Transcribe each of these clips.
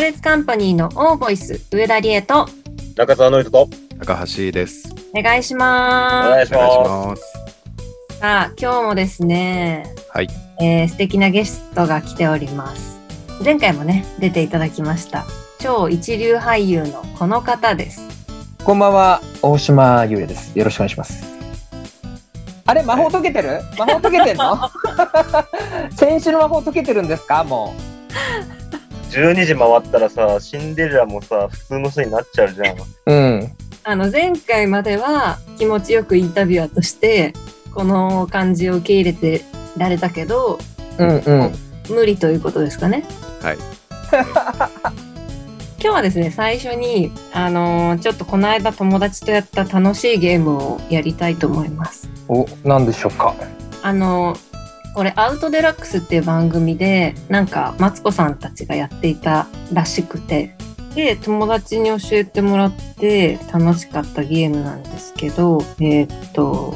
ーツカンパニーのオーボイス上田理恵と中澤ノイトと高橋です。お願いしおま願いおし願いまします。す。さあ今日もですね、はいえー素敵なゲストが来ております。前回もね出ていただきました超一流俳優のこの方です。こんばんは、大島優也です。よろしくお願いします。あれ、魔法解けてる魔法解けてん の先週の魔法解けてるんですかもす。12時回ったらさ、シンデレラもさ、普通の人になっちゃうじゃん。う。うん。あの前回までは気持ちよくインタビュアーとしてこの感じを受け入れてられたけどうんうん。無理ということですかね。はい。 今日はですね最初にあのーちょっとこの間友達とやった楽しいゲームをやりたいと思います。お、なんでしょうかあのーこれ「アウトデラックス」っていう番組でなんかマツコさんたちがやっていたらしくてで友達に教えてもらって楽しかったゲームなんですけどえーっと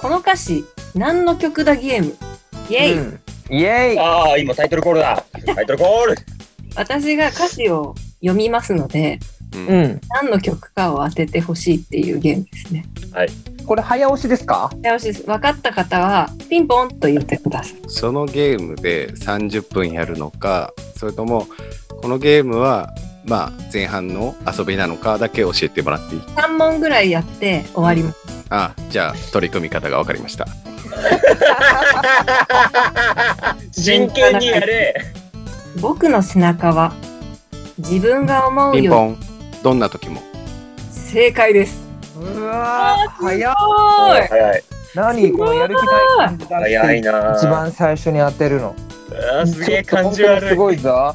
この歌詞何の曲だゲームイエイ、うんイエイああ、今タイトルコールだ。タイトルコ ール。私が歌詞を読みますのでうんうん。何の曲かを当ててほしいっていうゲームですね。これ、早押しですか早押しです。分かった方はピンポンと言ってください。そのゲームで30分やるのか、それともこのゲームはまあ前半の遊びなのかだけ教えてもらっていい？ 3問ぐらいやって終わります。あ、じゃあ取り組み方が分かりました。真剣にやれ。僕の背中は自分が思うピンポよン。どんな時も。り正解です。うわー、早っ。おーい早い。何このやる気ない感じ出して早いなー一番最初に当てるの。あーすげえちょっと感じ悪本当にすい。ごいぞ。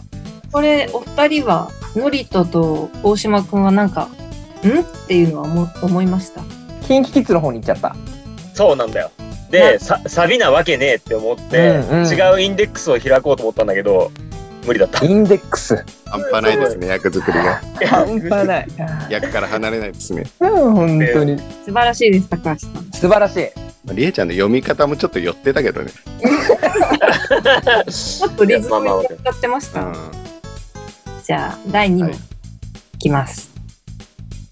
これお二人はノリトと大島くんはなんか「ん?」っていうのは思思いました。キンキキッズの方に行っちゃった。そうなんだよ。で、さサビなわけねえって思って、うんうん違うインデックスを開こうと思ったんだけど、無理だ った。インデックス。半端ないですね。役作りが。半端ない。役から離れないですね。うん、本当に。素晴らしいです高橋さん。素晴らしい。まありえちゃんの読み方もちょっと寄ってたけどね。ちょっとリズムいやまあまあに使ってましうた。ん。じゃあ第2問、はいい、きます。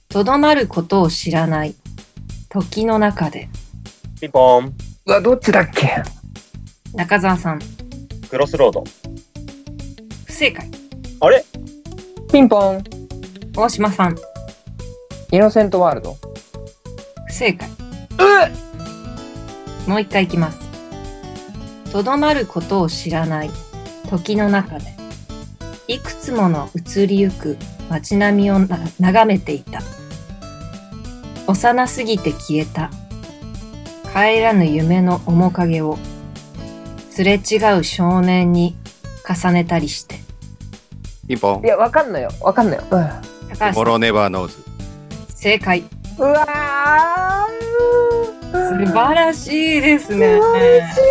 とどまることを知らない時の中でピンポン。うわ、どっちだっけ中澤さんクロスロード。不正解あれピンポン。大島さん不イノセントワールド。正解もう一回いきますとどまることを知らない時の中でいくつもの移りゆく街並みをな眺めていた幼すぎて消えた帰らぬ夢の面影をすれ違う少年に重ねたりしてピンポンい。や、わかんないよ。わかんないよ。う高モ橋さんロネバーノーズ。正解んうわー素晴らしいですね素晴らしい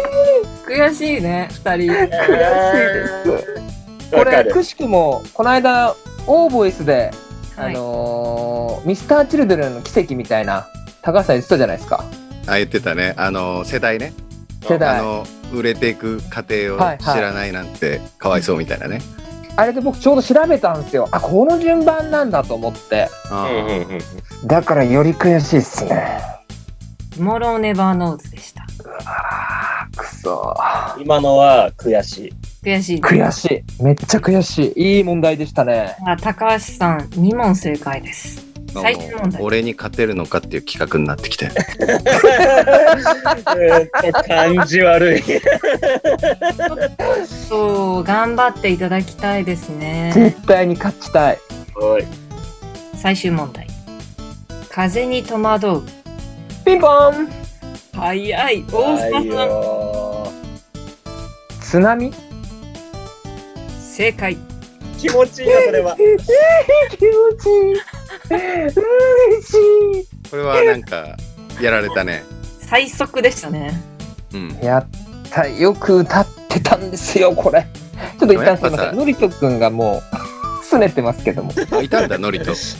悔しいね二人悔しいです。こわかれ、る。くしくも、この間、オーボイスで、はいあのーミスター・チルドレンの奇跡みたいな、高橋さん言ってたじゃないですか。あ言ってたね。あの世代ね。世代あの売れていく過程を知らないなんてかわいそうみたいなね。あれで僕ちょうど調べたんですよ。あ、この順番なんだと思って。うんあうんうんうん。だからより悔しいっすね。モローネバーノーズでしたあー、くそ今のは悔しい。悔しいです悔しい。めっちゃ悔しい。いい問題でしたね。さあ高橋さん2問正解ですあ最終問題俺に勝てるのかっていう企画になって きて。えーっと感じ悪い。そう頑張っていただきたいですね絶対に勝ちたい。おい最終問題風に戸惑うピンポン早いは大い島さんよ津波正解ー気持ちいいなそれはえ。ー気持ちいい。嬉しこれはなんかやられたね。最速でしたねうん い。。やった、よく歌ってたんですよ、これ。ちょっと一旦すいやまっぱせさん。のりとくんがもう、すねてますけども。あいたんだノリと。悔し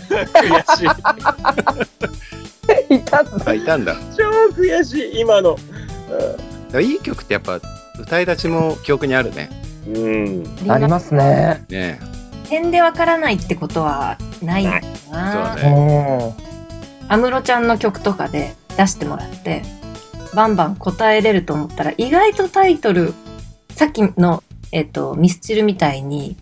い。いたんだあいたんだ。超悔しい今の。いい曲ってやっぱ歌い出しも記憶にあるね。うん。ありますね。ねえ点でわからないってことはないんだな。そうだねお安室ちゃんの曲とかで出してもらってバンバン答えれると思ったら意外とタイトルさっきの、えっとミスチルみたいに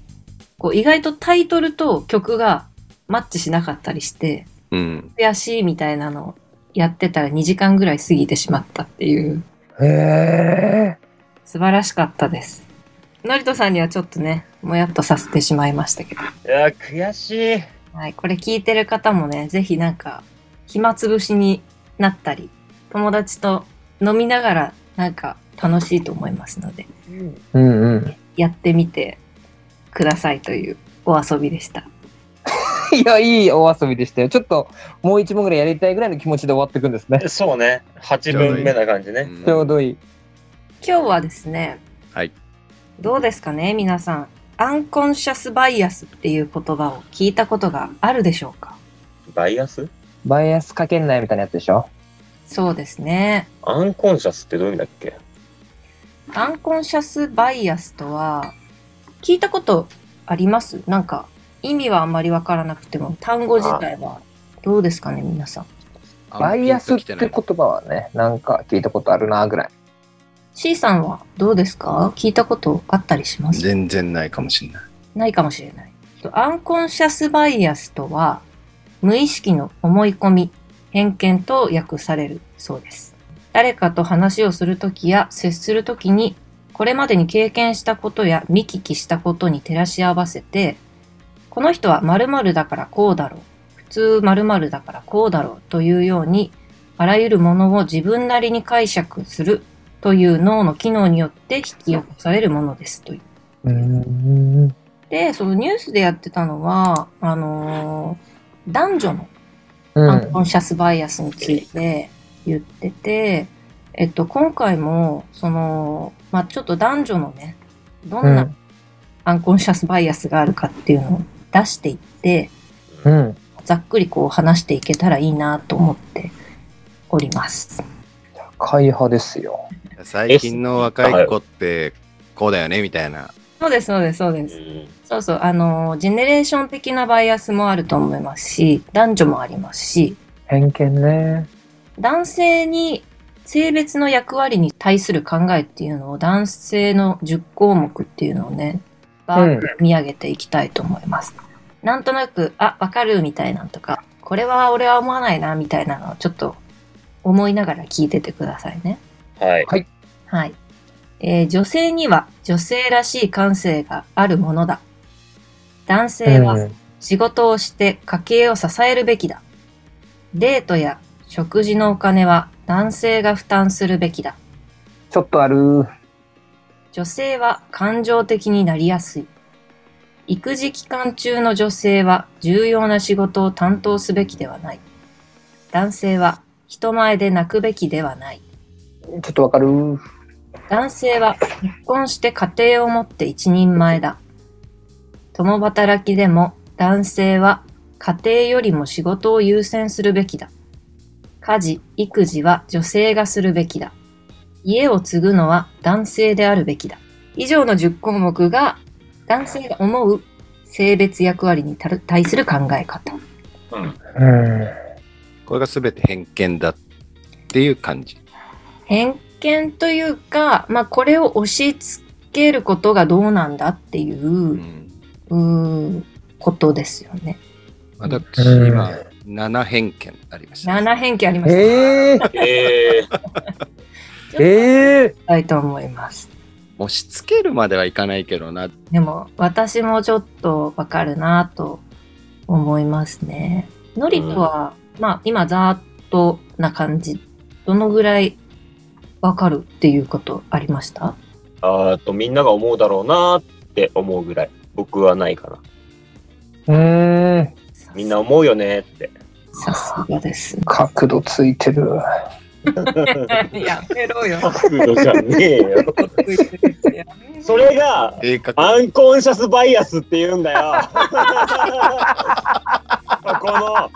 こう意外とタイトルと曲がマッチしなかったりしてうん。悔しいみたいなのをやってたら2時間ぐらい過ぎてしまったっていうーへえ素晴らしかったです。のりとさんにはちょっとねもやっとさせてしまいましたけど、いやー、悔しい。はい、これ聞いてる方もねぜひなんか暇つぶしになったり友達と飲みながらなんか楽しいと思いますのでうんうんやってみてくださいというお遊びでしたいやいいお遊びでしたよちょっともう一問ぐらいやりたいぐらいの気持ちで終わっていくんですねそうね。8分目な感じね。ちょうどいい今日はですねはいどうですかね皆さんアンコンシャスバイアスっていう言葉を聞いたことがあるでしょうかバイアスバイアスかけんないみたいなやつでしょそうですねアンコンシャスってどういう意味だっけアンコンシャスバイアスとは聞いたことありますなんか意味はあんまりわからなくても単語自体はどうですかね皆さんバイアスって言こ葉はねなんか聞いたことあるなぐらい C さんはどうですか聞いたことあったりします全然ないかもしれない。ないかもしれない。アンコンシャスバイアスとは、無意識の思い込み、偏見と訳されるそうです。誰かと話をするときや接するときに、これまでに経験したことや見聞きしたことに照らし合わせて、この人は〇〇だからこうだろう、普通〇〇だからこうだろうというように、あらゆるものを自分なりに解釈するという脳の機能によって引き起こされるものですといううんで、そのニュースでやってたのは、あのー男女のうアンんコンシャスバイアスについて言ってて、えっと、今回も、その、まあ、ちょっと男女のね、どんなアンコンシャスバイアスがあるかっていうのを出していって、うんざっくりこう話していけたらいいなと思っております。会派ですよ最近の若い子ってこうだよねみたいな。そうです、そうです、そうです。そうそう、あのージェネレーション的なバイアスもあると思いますし、男女もありますし、偏見ね男性に性別の役割に対する考えっていうのを男性の10項目っていうのをね、バーッと見上げていきたいと思います。なんとなく、あ、わかるみたいなんとか、これは俺は思わないなみたいなのをちょっと思いながら聞いててくださいね。はい。はい。えー女性には女性らしい感性があるものだ。男性はうん仕事をして家計を支えるべきだ。デートや食事のお金は男性が負担するべきだ。ちょっとある女性は感情的になりやすい。育児期間中の女性は重要な仕事を担当すべきではない。男性は人前で泣くべきではない。ちょっとわかる男性は結婚して家庭を持って一人前だ。共働きでも男性は家庭よりも仕事を優先するべきだ。家事、育児は女性がするべきだ。家を継ぐのは男性であるべきだ。以上の10項目が男性が思う性別役割にたる対する考え方。うんこれが全て偏見だっていう感じ。偏見というか、まあこれを押し付けることがどうなんだっていう。うん、うーんことですよね。私今7偏見ありました。 7偏見ありました。えええー、ちょっと聞ええきたいと思います。押し付けるまではいかないけどな。でも私もちょっとわかるなと思いますね。のりとは、まあ今ざーっとな感じ、どのぐらいわかるっていうことありましたあーっと、みんなが思うだろうなーって思うぐらい。僕はないかな。うんみんな思うよねーって。さすが です。角度ついてるやめろよ。角度じゃねえよ。それが、性格アンコンシャスバイアスって言うんだよ。この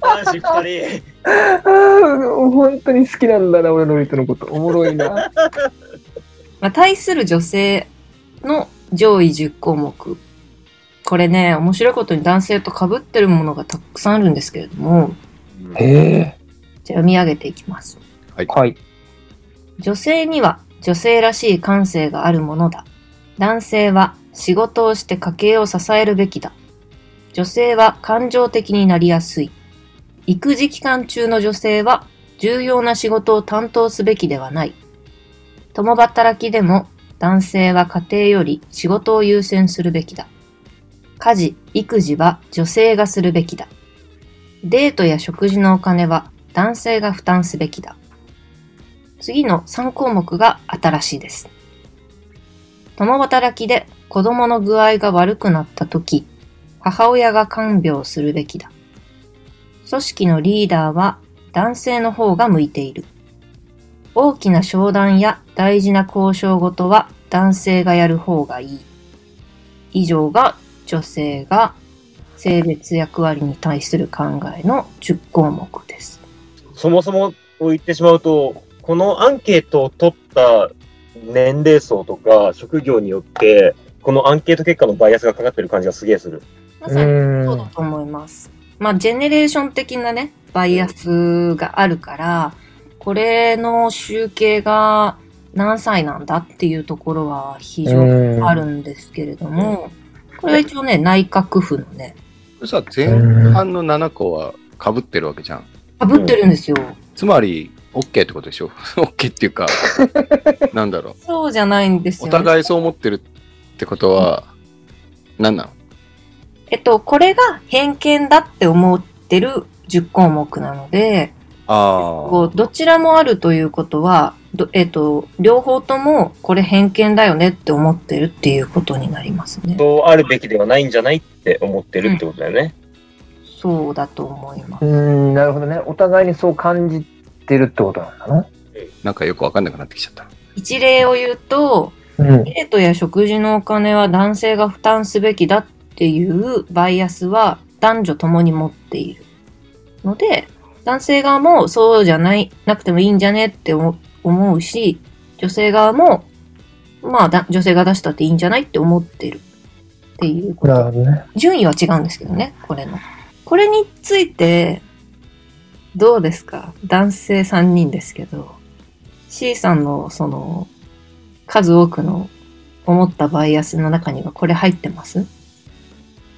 男子二人。あー本当に好きなんだな俺のリトのことおもろいなまあ、対する女性の上位10項目これね、面白いことに男性と被ってるものがたくさんあるんですけれども、へえ。じゃあ読み上げていきます。はい。女性には女性らしい感性があるものだ。男性は仕事をして家計を支えるべきだ。女性は感情的になりやすい。育児期間中の女性は重要な仕事を担当すべきではない。共働きでも男性は家庭より仕事を優先するべきだ。家事、育児は女性がするべきだ。デートや食事のお金は男性が負担すべきだ。次の3項目が新しいです。共働きで子供の具合が悪くなった時、母親が看病するべきだ。組織のリーダーは男性の方が向いている。大きな商談や大事な交渉ごとは男性がやる方がいい。以上が女性が性別役割に対する考えの10項目です。そもそもを言ってしまうと、このアンケートを取った年齢層とか職業によって、このアンケート結果のバイアスがかかってる感じがすげえする。まうさにそうーだん。と思います。まあ、ジェネレーション的なね、バイアスがあるから、これの集計が何歳なんだっていうところは非常にあるんですけれども、これは一応ね、内閣府のね、そしたら前半の7個は被ってるわけじゃん。被ってるんですよ。つまり、OK ってことでしょ ?OK っていうか、なんだろう。そうじゃないんですよ、おね。互いそう思ってるってことは、何なのえっと、これが偏見だって思ってる10項目なので、ああ。こうどちらもあるということは、どえっと、両方ともこれ偏見だよねって思ってるっていうことになりますね。そうあるべきではないんじゃないって思ってるってことだよね。そうだと思いまうす。ーん、なるほどね。お互いにそう感じてるってことなんだな。なんかよくわかんなくなってきちゃった。一例を言うと、うん。デートや食事のお金は男性が負担すべきだっていうバイアスは男女ともに持っている。ので、男性側もそうじゃない、なくてもいいんじゃねって思思うし、女性側も、まあだ女性が出したっていいんじゃないって思ってる。っていうことなるほどね。順位は違うんですけどね、これの。これについて、どうですか男性3人ですけど、C さんのその、数多くの思ったバイアスの中にはこれ入ってます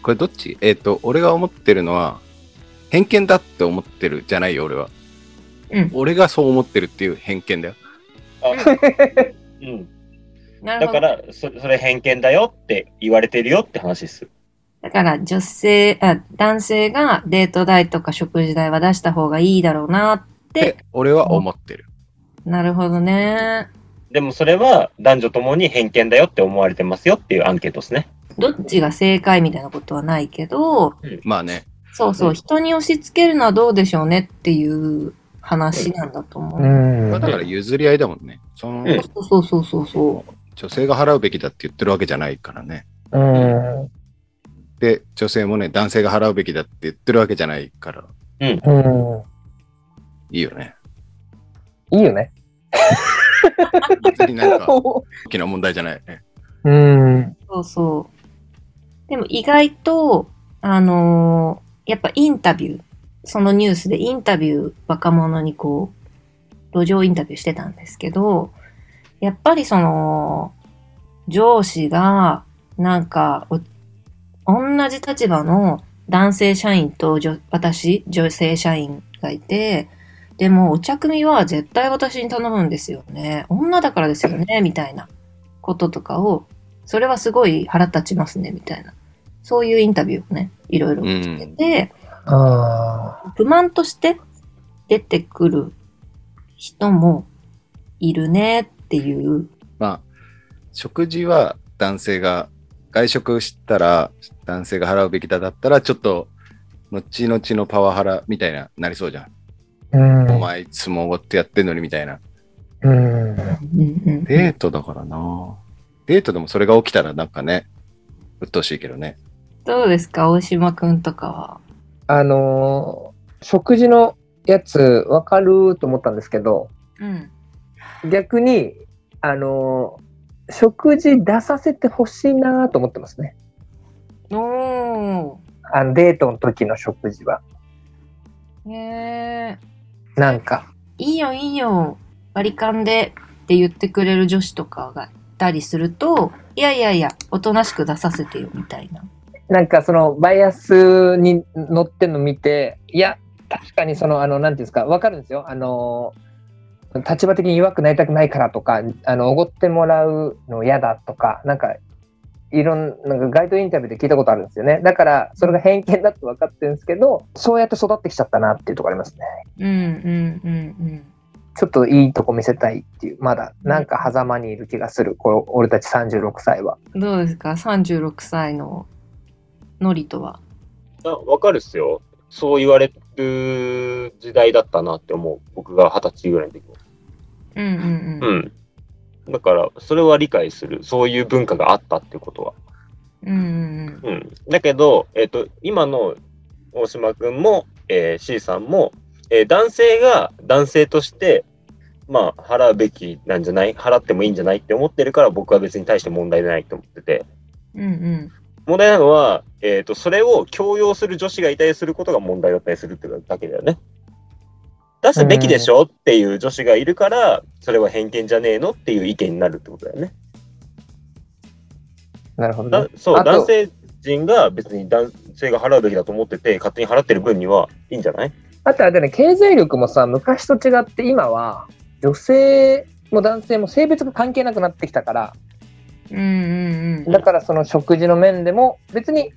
これどっちえっ、と、俺が思ってるのは、偏見だって思ってるじゃないよ、俺は。うん俺がそう思ってるっていう偏見だよ。うん。なだか。ら、そそれ偏見だよって言われてるよって話です。だから女性あ、男性がデート代とか食事代は出した方がいいだろうな。で、俺は思ってる。なるほどね。でもそれは男女ともに偏見だよって思われてますよっていうアンケートですね。どっちが正解みたいなことはないけど、まあね。そうそう、人に押し付けるのはどうでしょうねっていう話なんだと思う。うん。まあだから譲り合いだもんね。そうのんそうそうそうそう。女性が払うべきだって言ってるわけじゃないからね。うん。で、女性もね、男性が払うべきだって言ってるわけじゃないから、ういいよね。ん。いいよね。別になんか大きな問題じゃないよね。うん。そうそう。でも意外と、あのーやっぱインタビュー、そのニュースでインタビュー、若者にこう、路上インタビューしてたんですけど、やっぱりその、上司が、なんか、お同じ立場の男性社員と女私、女性社員がいて、でも、お茶組は絶対私に頼むんですよね。女だからですよね、みたいなこととかをそれはすごい腹立ちますね、みたいな。そういうインタビューをね、いろいろう受けん。て、あ不満として出てくる人もいるねっていう。まあ、食事は男性が、外食したら男性が払うべきだだったら、ちょっと、後々のパワハラみたいな、なりそうじゃん。あ。うん。お前いつもおごってやってんのにみたいな。うん。うんうんデートだからなデートでもそれが起きたらなんかね、鬱陶しいけどね。どうですか、大島くんとかは。あのー食事のやつわかると思ったんですけど、うん。逆に、あのー食事出させてほしいなと思ってますね。おあのデートの時の食事は。ー。へえ。なんか、いいよいいよ。割り勘でって言ってくれる女子とかがいたりすると、いやいやいや、おとなしく出させてよみたいな。なんかそのバイアスに乗ってんの見て、いや、確かにその、あの、なんていうんですか、わかるんですよ。あの、立場的に弱くなりたくないからとか、あの、おごってもらうの嫌だとか、なんか、いろんなんか街頭インタビューで聞いたことあるんですよね。だから、それが偏見だって分かってるんですけど、そうやって育ってきちゃったなっていうところありますね。うんうんうんちょっといいとこ見せたいっていう、まだなんか狭間にいる気がする、この俺たち36歳は。うん。どうですか ?36 歳のノリとは。あわかるっすよ。そう言われる時代だったなって思う。僕が二十歳ぐらいの時も。うんうんううん。ん。だから、それは理解する。そういう文化があったってことは。うんうんうん。うん。だけど、えっ、と、今の大島くんも、えー C さんも、えー男性が男性として、まあ、払うべきなんじゃない払ってもいいんじゃないって思ってるから、僕は別に対して問題ないと思ってて。うん問題なのは、えっ、と、それを強要する女子がいたりすることが問題だったりするってだけだよね。出すべきでしょっていう女子がいるから、それは偏見じゃねえのっていう意見になるってことだよね。なるほど、だね。そう、あと男性人が別に男性が払うべきだと思ってて、勝手に払ってる分にはいいんじゃないあとあれだよね、経済力もさ、昔と違って今は、女性も男性も性別が関係なくなってきたから、うん。うんうんうん。だからその食事の面でも、別に、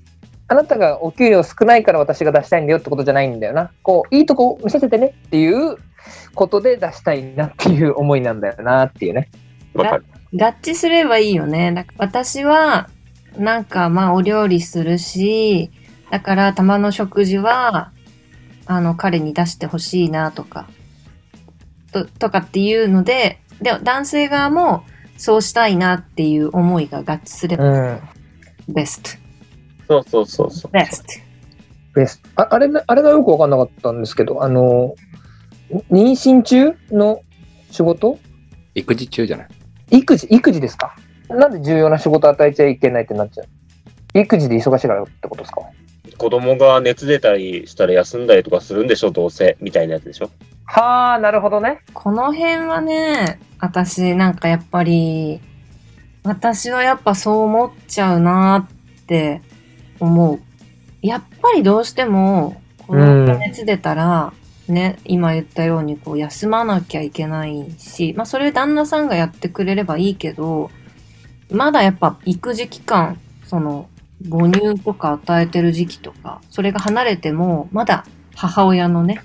あなたがお給料少ないから私が出したいんだよってことじゃないんだよな。こう、いいとこ見させてねっていうことで出したいなっていう思いなんだよなっていうね。わかる。合致すればいいよね。だから私は、なんかまあお料理するし、だからたまの食事は、あの彼に出してほしいなとか、と、とかっていうので、で、男性側もそうしたいなっていう思いが合致すればうん。ベスト。そうそうそうそう。ベスト。ベストああれなあれがよく分かんなかったんですけどあの妊娠中の仕事育児中じゃない育児育児ですかなんで重要な仕事与えちゃいけないってなっちゃう育児で忙しいからってことですか子供が熱出たりしたら休んだりとかするんでしょ、どうせ。みたいなやつでしょ。はあなるほどねこの辺はね、私なんかやっぱり、私はやっぱそう思っちゃうなって思う。やっぱりどうしても、こうんの熱出たら、ね、今言ったようにこう休まなきゃいけないし、まあそれ旦那さんがやってくれればいいけど、まだやっぱ育児期間、その、母乳とか与えてる時期とか、それが離れても、まだ母親のね、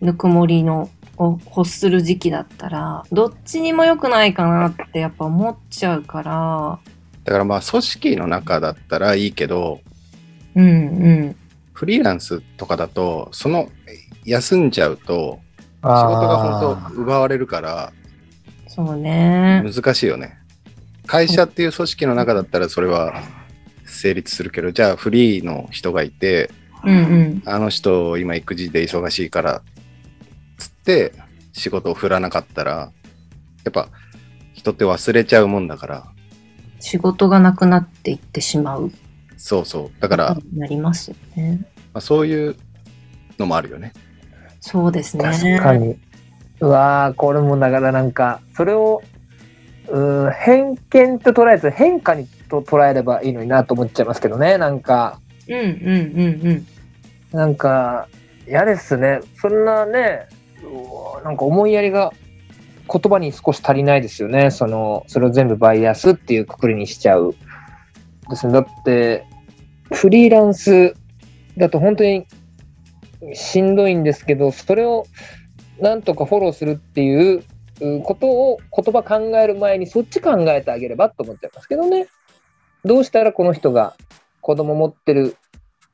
ぬくもりのを欲する時期だったら、どっちにも良くないかなってやっぱ思っちゃうから、だからまあ組織の中だったらいいけど、うんうん。フリーランスとかだと、その休んじゃうと、仕事仕事が本当奪われるからそうね。難しいよね。会社っていう組織の中だったらそれは成立するけど、じゃあフリーの人がいて、うんうん。あの人今育児で忙しいから、つって仕事を振らなかったら、やっぱ人って忘れちゃうもんだから、仕事がなくなっていってしまう。そうそう。だから、まなりますよね。あ、そういうのもあるよね。そうですね。確かにうわーこれもだからなんかそれをうーん偏見と捉えず変化にと捉えればいいのになと思っちゃいますけどねなんかうんうんうんうん。なんか嫌ですねそんなねうわなんか思いやりが言葉に少し足りないですよねそのそれを全部バイアスっていうくくりにしちゃうですねだってフリーランスだと本当にしんどいんですけどそれをなんとかフォローするっていううことを言葉考える前にそっち考えてあげればと思っちゃいますけどねどうしたらこの人が子供持ってる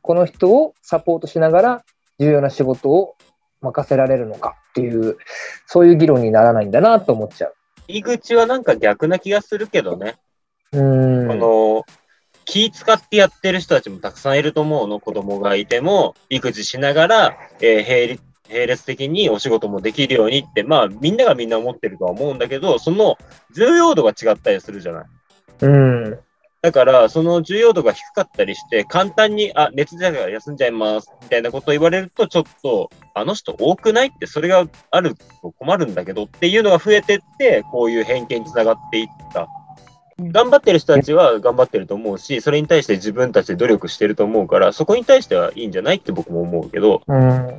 この人をサポートしながら重要な仕事を任せられるのかっていうそういう議論にならないんだなと思っちゃう。入り口はなんか逆な気がするけどね。うーんあの気使ってやってる人たちもたくさんいると思うの子供がいても育児しながら、えー並立並列的にお仕事もできるようにってまあみんながみんな思ってるとは思うんだけどその重要度が違ったりするじゃない。うんだだから、その重要度が低かったりして、簡単に、あ、熱出たから休んじゃいます、みたいなことを言われると、ちょっと、あの人多くないって、それがあると困るんだけどっていうのが増えてって、こういう偏見につながっていった。頑張ってる人たちは頑張ってると思うし、それに対して自分たちで努力してると思うから、そこに対してはいいんじゃないって僕も思うけど、うん。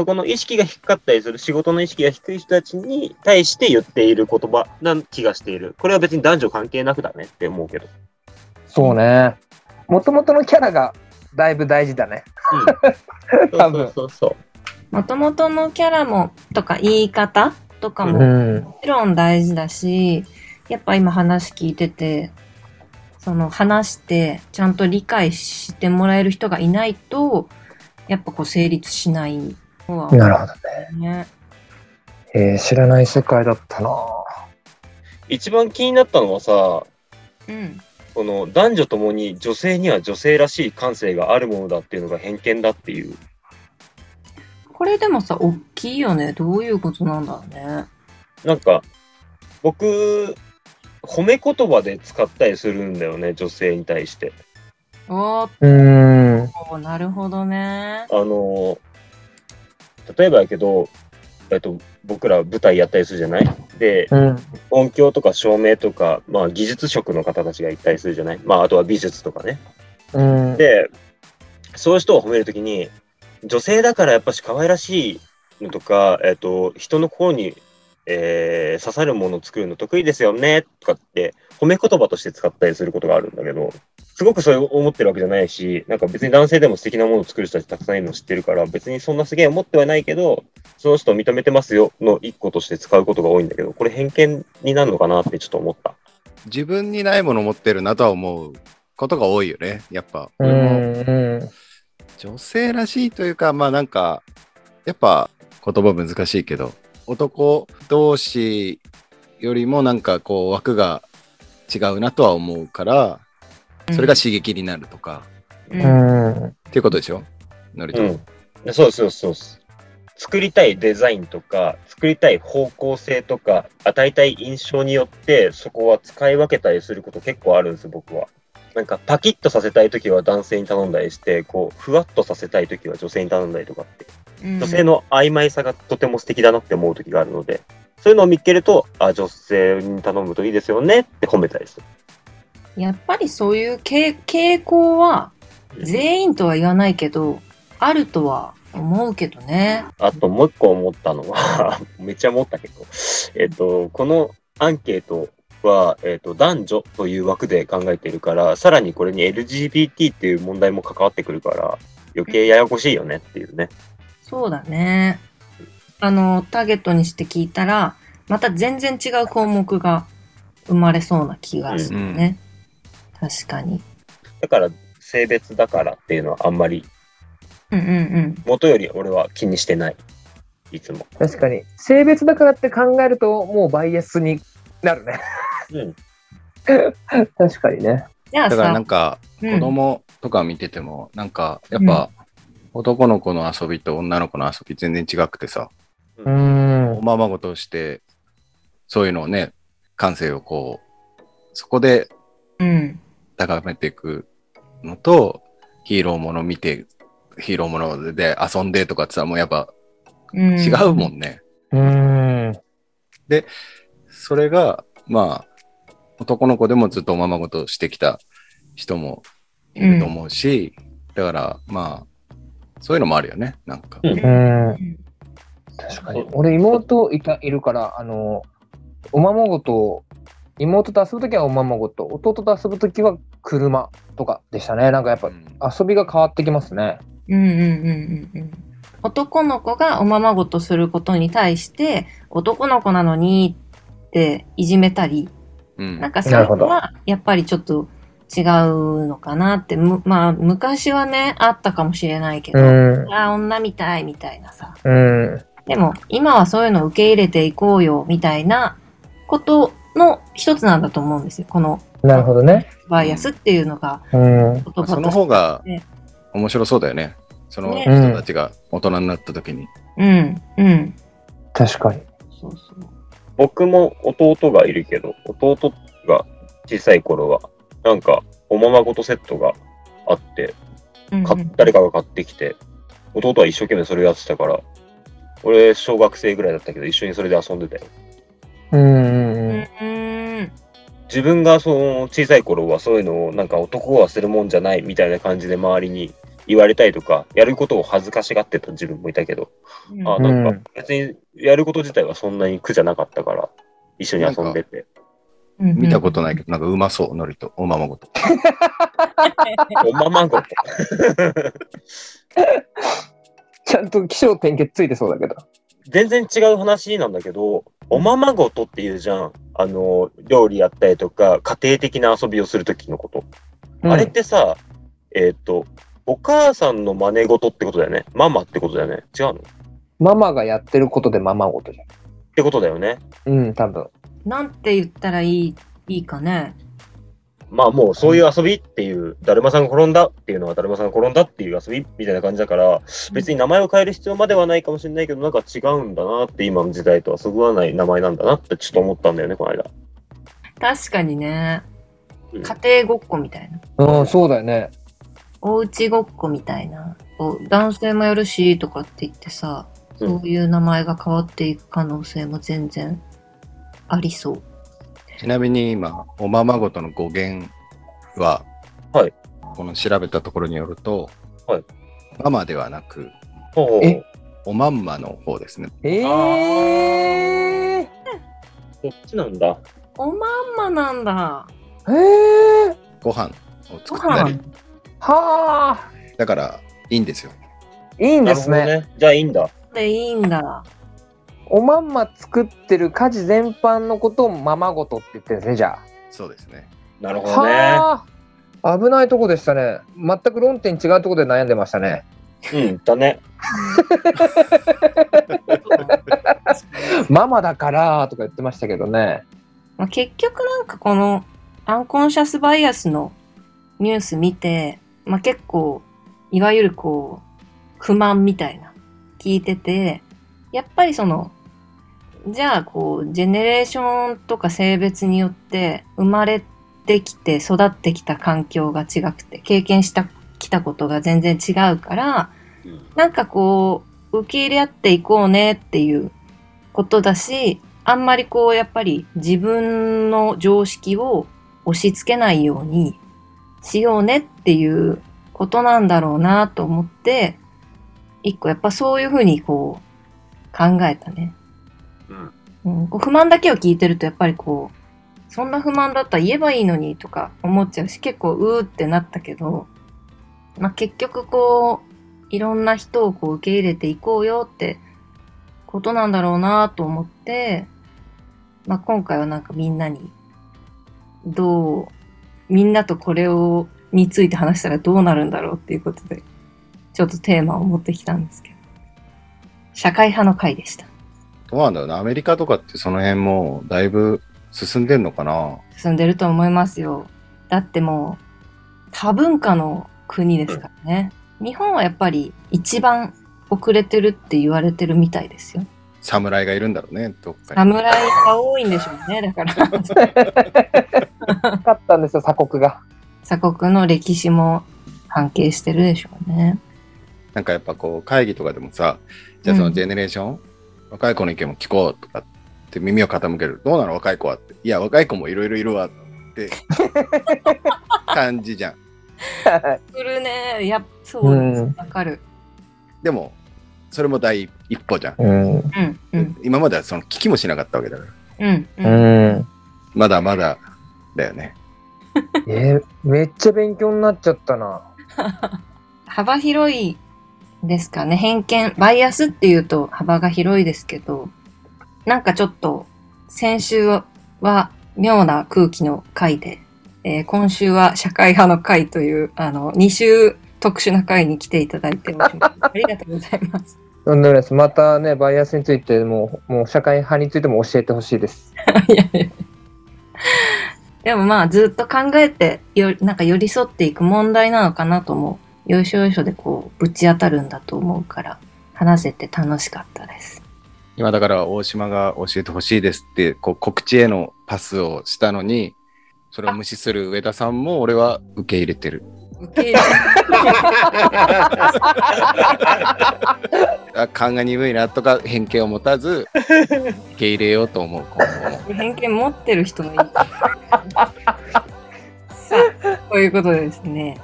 そこの意識が低かったりする、仕事の意識が低い人たちに対して言っている言葉な気がしている。これは別に男女関係なくだねって思うけど。そうね。もともとのキャラがだいぶ大事だね。うん。多分そうそうそうそう。もともとのキャラもとか言い方とかももん。ちろん大事だし、やっぱ今話聞いてて、その話してちゃんと理解してもらえる人がいないと、やっぱこう成立しないのは、なるほどね。ね。えー知らない世界だったな一番気になったのはさ、うん。この男女ともに女性には女性らしい感性があるものだっていうのが偏見だっていう。これでもさ、大きいよね。どういうことなんだろうね。なんか、僕、褒め言葉で使ったりするんだよね、女性に対して。おーっうん。と、なるほどね。あの例えばやけど、えっと、僕ら舞台やったりするじゃないで、うん。音響とか照明とか、まあ、技術職の方たちがいたりするじゃないまあ、あとは美術とかね。うん。で、そういう人を褒めるときに、女性だからやっぱし可愛らしいのとか、えっと、人の心に、えー刺さるものを作るの得意ですよねとかって褒め言葉として使ったりすることがあるんだけど、すごくそう思ってるわけじゃないし、なんか別に男性でも素敵なものを作る人たちたくさんいるの知ってるから、別にそんなすげえ思ってはないけど、その人を認めてますよの一個として使うことが多いんだけど、これ偏見になるのかなってちょっと思った。自分にないもの持ってるなとは思うことが多いよね。やっぱ、う俺もん。うん。女性らしいというか、まあなんか、やっぱ言葉難しいけど、男同士よりもなんかこう枠が違うなとは思うから、それが刺激になるとか、うん、うんうん。っていうことでしょのりと。うん、そうそうそうです作りたいデザインとか作りたい方向性とか与えたい印象によってそこは使い分けたりすること結構あるんです僕は。なんかパキッとさせたい時は男性に頼んだりしてこうふわっとさせたい時は女性に頼んだりとかって女性の曖昧さがとても素敵だなって思う時があるのでそういうのを見っけるとあ女性に頼むといいですよねって褒めたりする。やっぱりそういう傾傾向は全員とは言わないけど、あるとは思うけどね。あともう一個思ったのは、 めっちゃ思ったけど、えっと、このアンケートは、えっと、男女という枠で考えてるから、さらにこれに LGBT っていう問題も関わってくるから、余計ややこしいよねっていうね。そうだね。あの、ターゲットにして聞いたら、また全然違う項目が生まれそうな気がするね。確かに。だから、性別だからっていうのはあんまり、うんうんうん。元より俺は気にしてない。いつも。確かに。性別だからって考えると、もうバイアスになるね。うん。確かにね。じゃあだからなんさ、か、うん子供とか見てても、なんか、やっぱ、男の子の遊びと女の子の遊び全然違くてさ、うんお。ままごとして、そういうのをね、感性をこう、そこでうん。高めていくのと、ヒーローもの見て、ヒーローもので遊んでとかってさ、もうやっぱうん、違うもんね。うん。それが、まあ、男の子でもずっとおままごとしてきた人もいると思うし、だから、まあ、そういうのもあるよね、なんか。うんうん。うん。確かに。俺、妹いたいるから、あの、おままごと、妹と遊ぶときはおままごと、弟と遊ぶときは車とかでしたね。なんかやっぱうん遊びが変わってきますね。うんうんうんうんうん。男の子がおままごとすることに対して、男の子なのにっていじめたり、うんなんかそれはやっぱりちょっと違うのかなって、むまあ昔はね、あったかもしれないけど、ん。あー女みたいみたいなさ。うん。でも今はそういうのを受け入れていこうよみたいなことの一つなんだと思うんですよ。このなるほどね。バイアスっていうのがうん。言葉として。その方がね面白そうだよね。そのね人たちが大人になった時に。うん、うん。確かに。そうそう。僕も弟がいるけど、弟が小さい頃は、なんか、おままごとセットがあって、うんか誰かが買ってきて、弟は一生懸命それをやってたから、俺、小学生ぐらいだったけど、一緒にそれで遊んでたよ。うんうんううん。んうん自分がその小さい頃はそういうのをなんか男はするもんじゃないみたいな感じで周りに言われたりとか、やることを恥ずかしがってた自分もいたけど、うんあうんなんか別にやること自体はそんなに苦じゃなかったから、一緒に遊んでて。うん見たことないけど、なんかうまそう、のりと、おままごと。おままごと。ちゃんと気象点結ついてそうだけど。全然違う話なんだけど、おままごとっていうじゃん。あの、料理やったりとか、家庭的な遊びをするときのこと。あれってさ、えーっと、お母さんの真似事ってことだよね。ママってことだよね。違うのっママがやってることでママごとじてことだよね。ゃん。うん、多分。なんて言ったらいいいいかね。まあもうそういう遊びっていう、だるまさんが転んだっていうのはだるまさんが転んだっていう遊びみたいな感じだから、別に名前を変える必要まではないかもしれないけど、なんか違うんだなって今の時代とはそぐわない名前なんだなってちょっと思ったんだよね、この間。確かにね。うん家庭ごっこみたいな。うん、そうだよね。おうちごっこみたいな。こう男性もやるしとかって言ってさ、うんそういう名前が変わっていく可能性も全然ありそう。ちなみに今、おままごとの語源は、はいこの調べたところによると、はいママではなく、ほうえおまんまの方ですね。ええー。そっちなんだ。おまんまなんだ。ええー。ご飯をご作った飯り、。はあ。だからいいんですよ。いいんなるですほどね。ね。じゃあいいんだ。でいいん だ。おまんま作ってる家事全般のことをママごとって言ってるんですね、じゃあ。そうですね。なるほどね。はあ。危ないとこでしたね。全く論点違うとこで悩んでましたね。うん、だね。ママだからとか言ってましたけどね。まあ、結局なんかこのアンコンシャスバイアスのニュース見て、まあ、結構いわゆるこう不満みたいな聞いててやっぱりそのじゃあこうジェネレーションとか性別によって生まれてきて育ってきた環境が違くて経験したきたことが全然違うからなんかこう受け入れ合っていこうねっていうことだしあんまりこうやっぱり自分の常識を押し付けないようにしようねっていうことなんだろうなと思って一個やっぱそういうふうにこう考えたね、うんうんこう不満だけを聞いてるとやっぱりこうそんな不満だったら言えばいいのにとか思っちゃうし結構うーってなったけど、まあ、結局こういろんな人をこう受け入れていこうよってことなんだろうなと思って、まあ、今回はなんかみんなにどうみんなとこれをについて話したらどうなるんだろうっていうことでちょっとテーマを持ってきたんですけど社会派の会でしたどうなんだろうな。アメリカとかってその辺もだいぶ進んでんのかな。進んでると思いますよだってもう多文化の国ですからね日本はやっぱり一番遅れてるって言われてるみたいですよ侍がいるんだろうね、どっかに。侍が多いんでしょうねだから なかったんですよ、鎖国が。。鎖国の歴史も関係してるでしょうねなんかやっぱこう会議とかでもさ、じゃあそうのんジェネレーション、若い子の意見も聞こうとかって耳を傾ける。どうなの若い子はって。いや、若い子もいろいろいる わって感じじゃん。来るねやっそううんわかるでも、それも第一歩じゃん。うん。うんうん今まではその聞きもしなかったわけだから。うんうんうん。まだまだだよね。えーめっちゃ勉強になっちゃったな。幅広いですかね偏見バイアスっていうと幅が広いですけどなんかちょっと先週は妙な空気の回で、えー今週は社会派の回というあの2週特殊な回に来ていただいており ますありがとうございますとんでもないです。またね、バイアスについても、もう社会派についても教えてほしいです。いやいやでもまあずっと考えてよなんか寄り添っていく問題なのかなと思うよいしょよいしょでこうぶち当たるんだと思うから話せて楽しかったです今だから大島が教えてほしいですってこう告知へのパスをしたのにそれを無視する上田さんも俺は受け入れてる。受け入れあ勘が鈍いなとか偏見を持たず受け入れようと思う今後も。偏見持ってる人もいる。 さあ、ということでですね、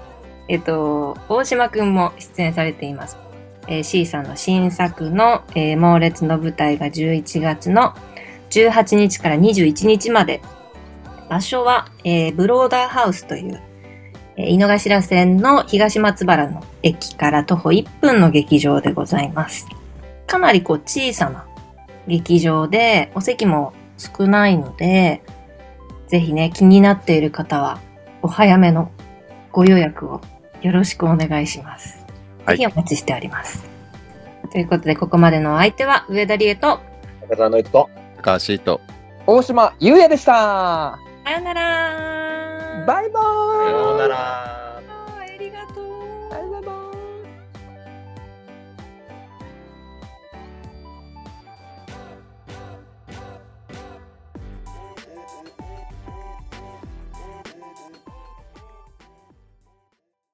えっと、大島くんも出演されています。えー C さんの新作の、えー猛烈の舞台が11月の18日から21日まで。場所は、えーブローダーハウスという、えー井の頭線の東松原の駅から徒歩1分の劇場でございます。かなりこう小さな劇場で、お席も少ないので、ぜひね、気になっている方は、お早めのご予約をよろしくお願いします。はいぜひお待ちしております。ということで、ここまでのお相手は、上田理恵と、中澤の一と。高橋と大島優也でしたさよならバイバーイさようなら。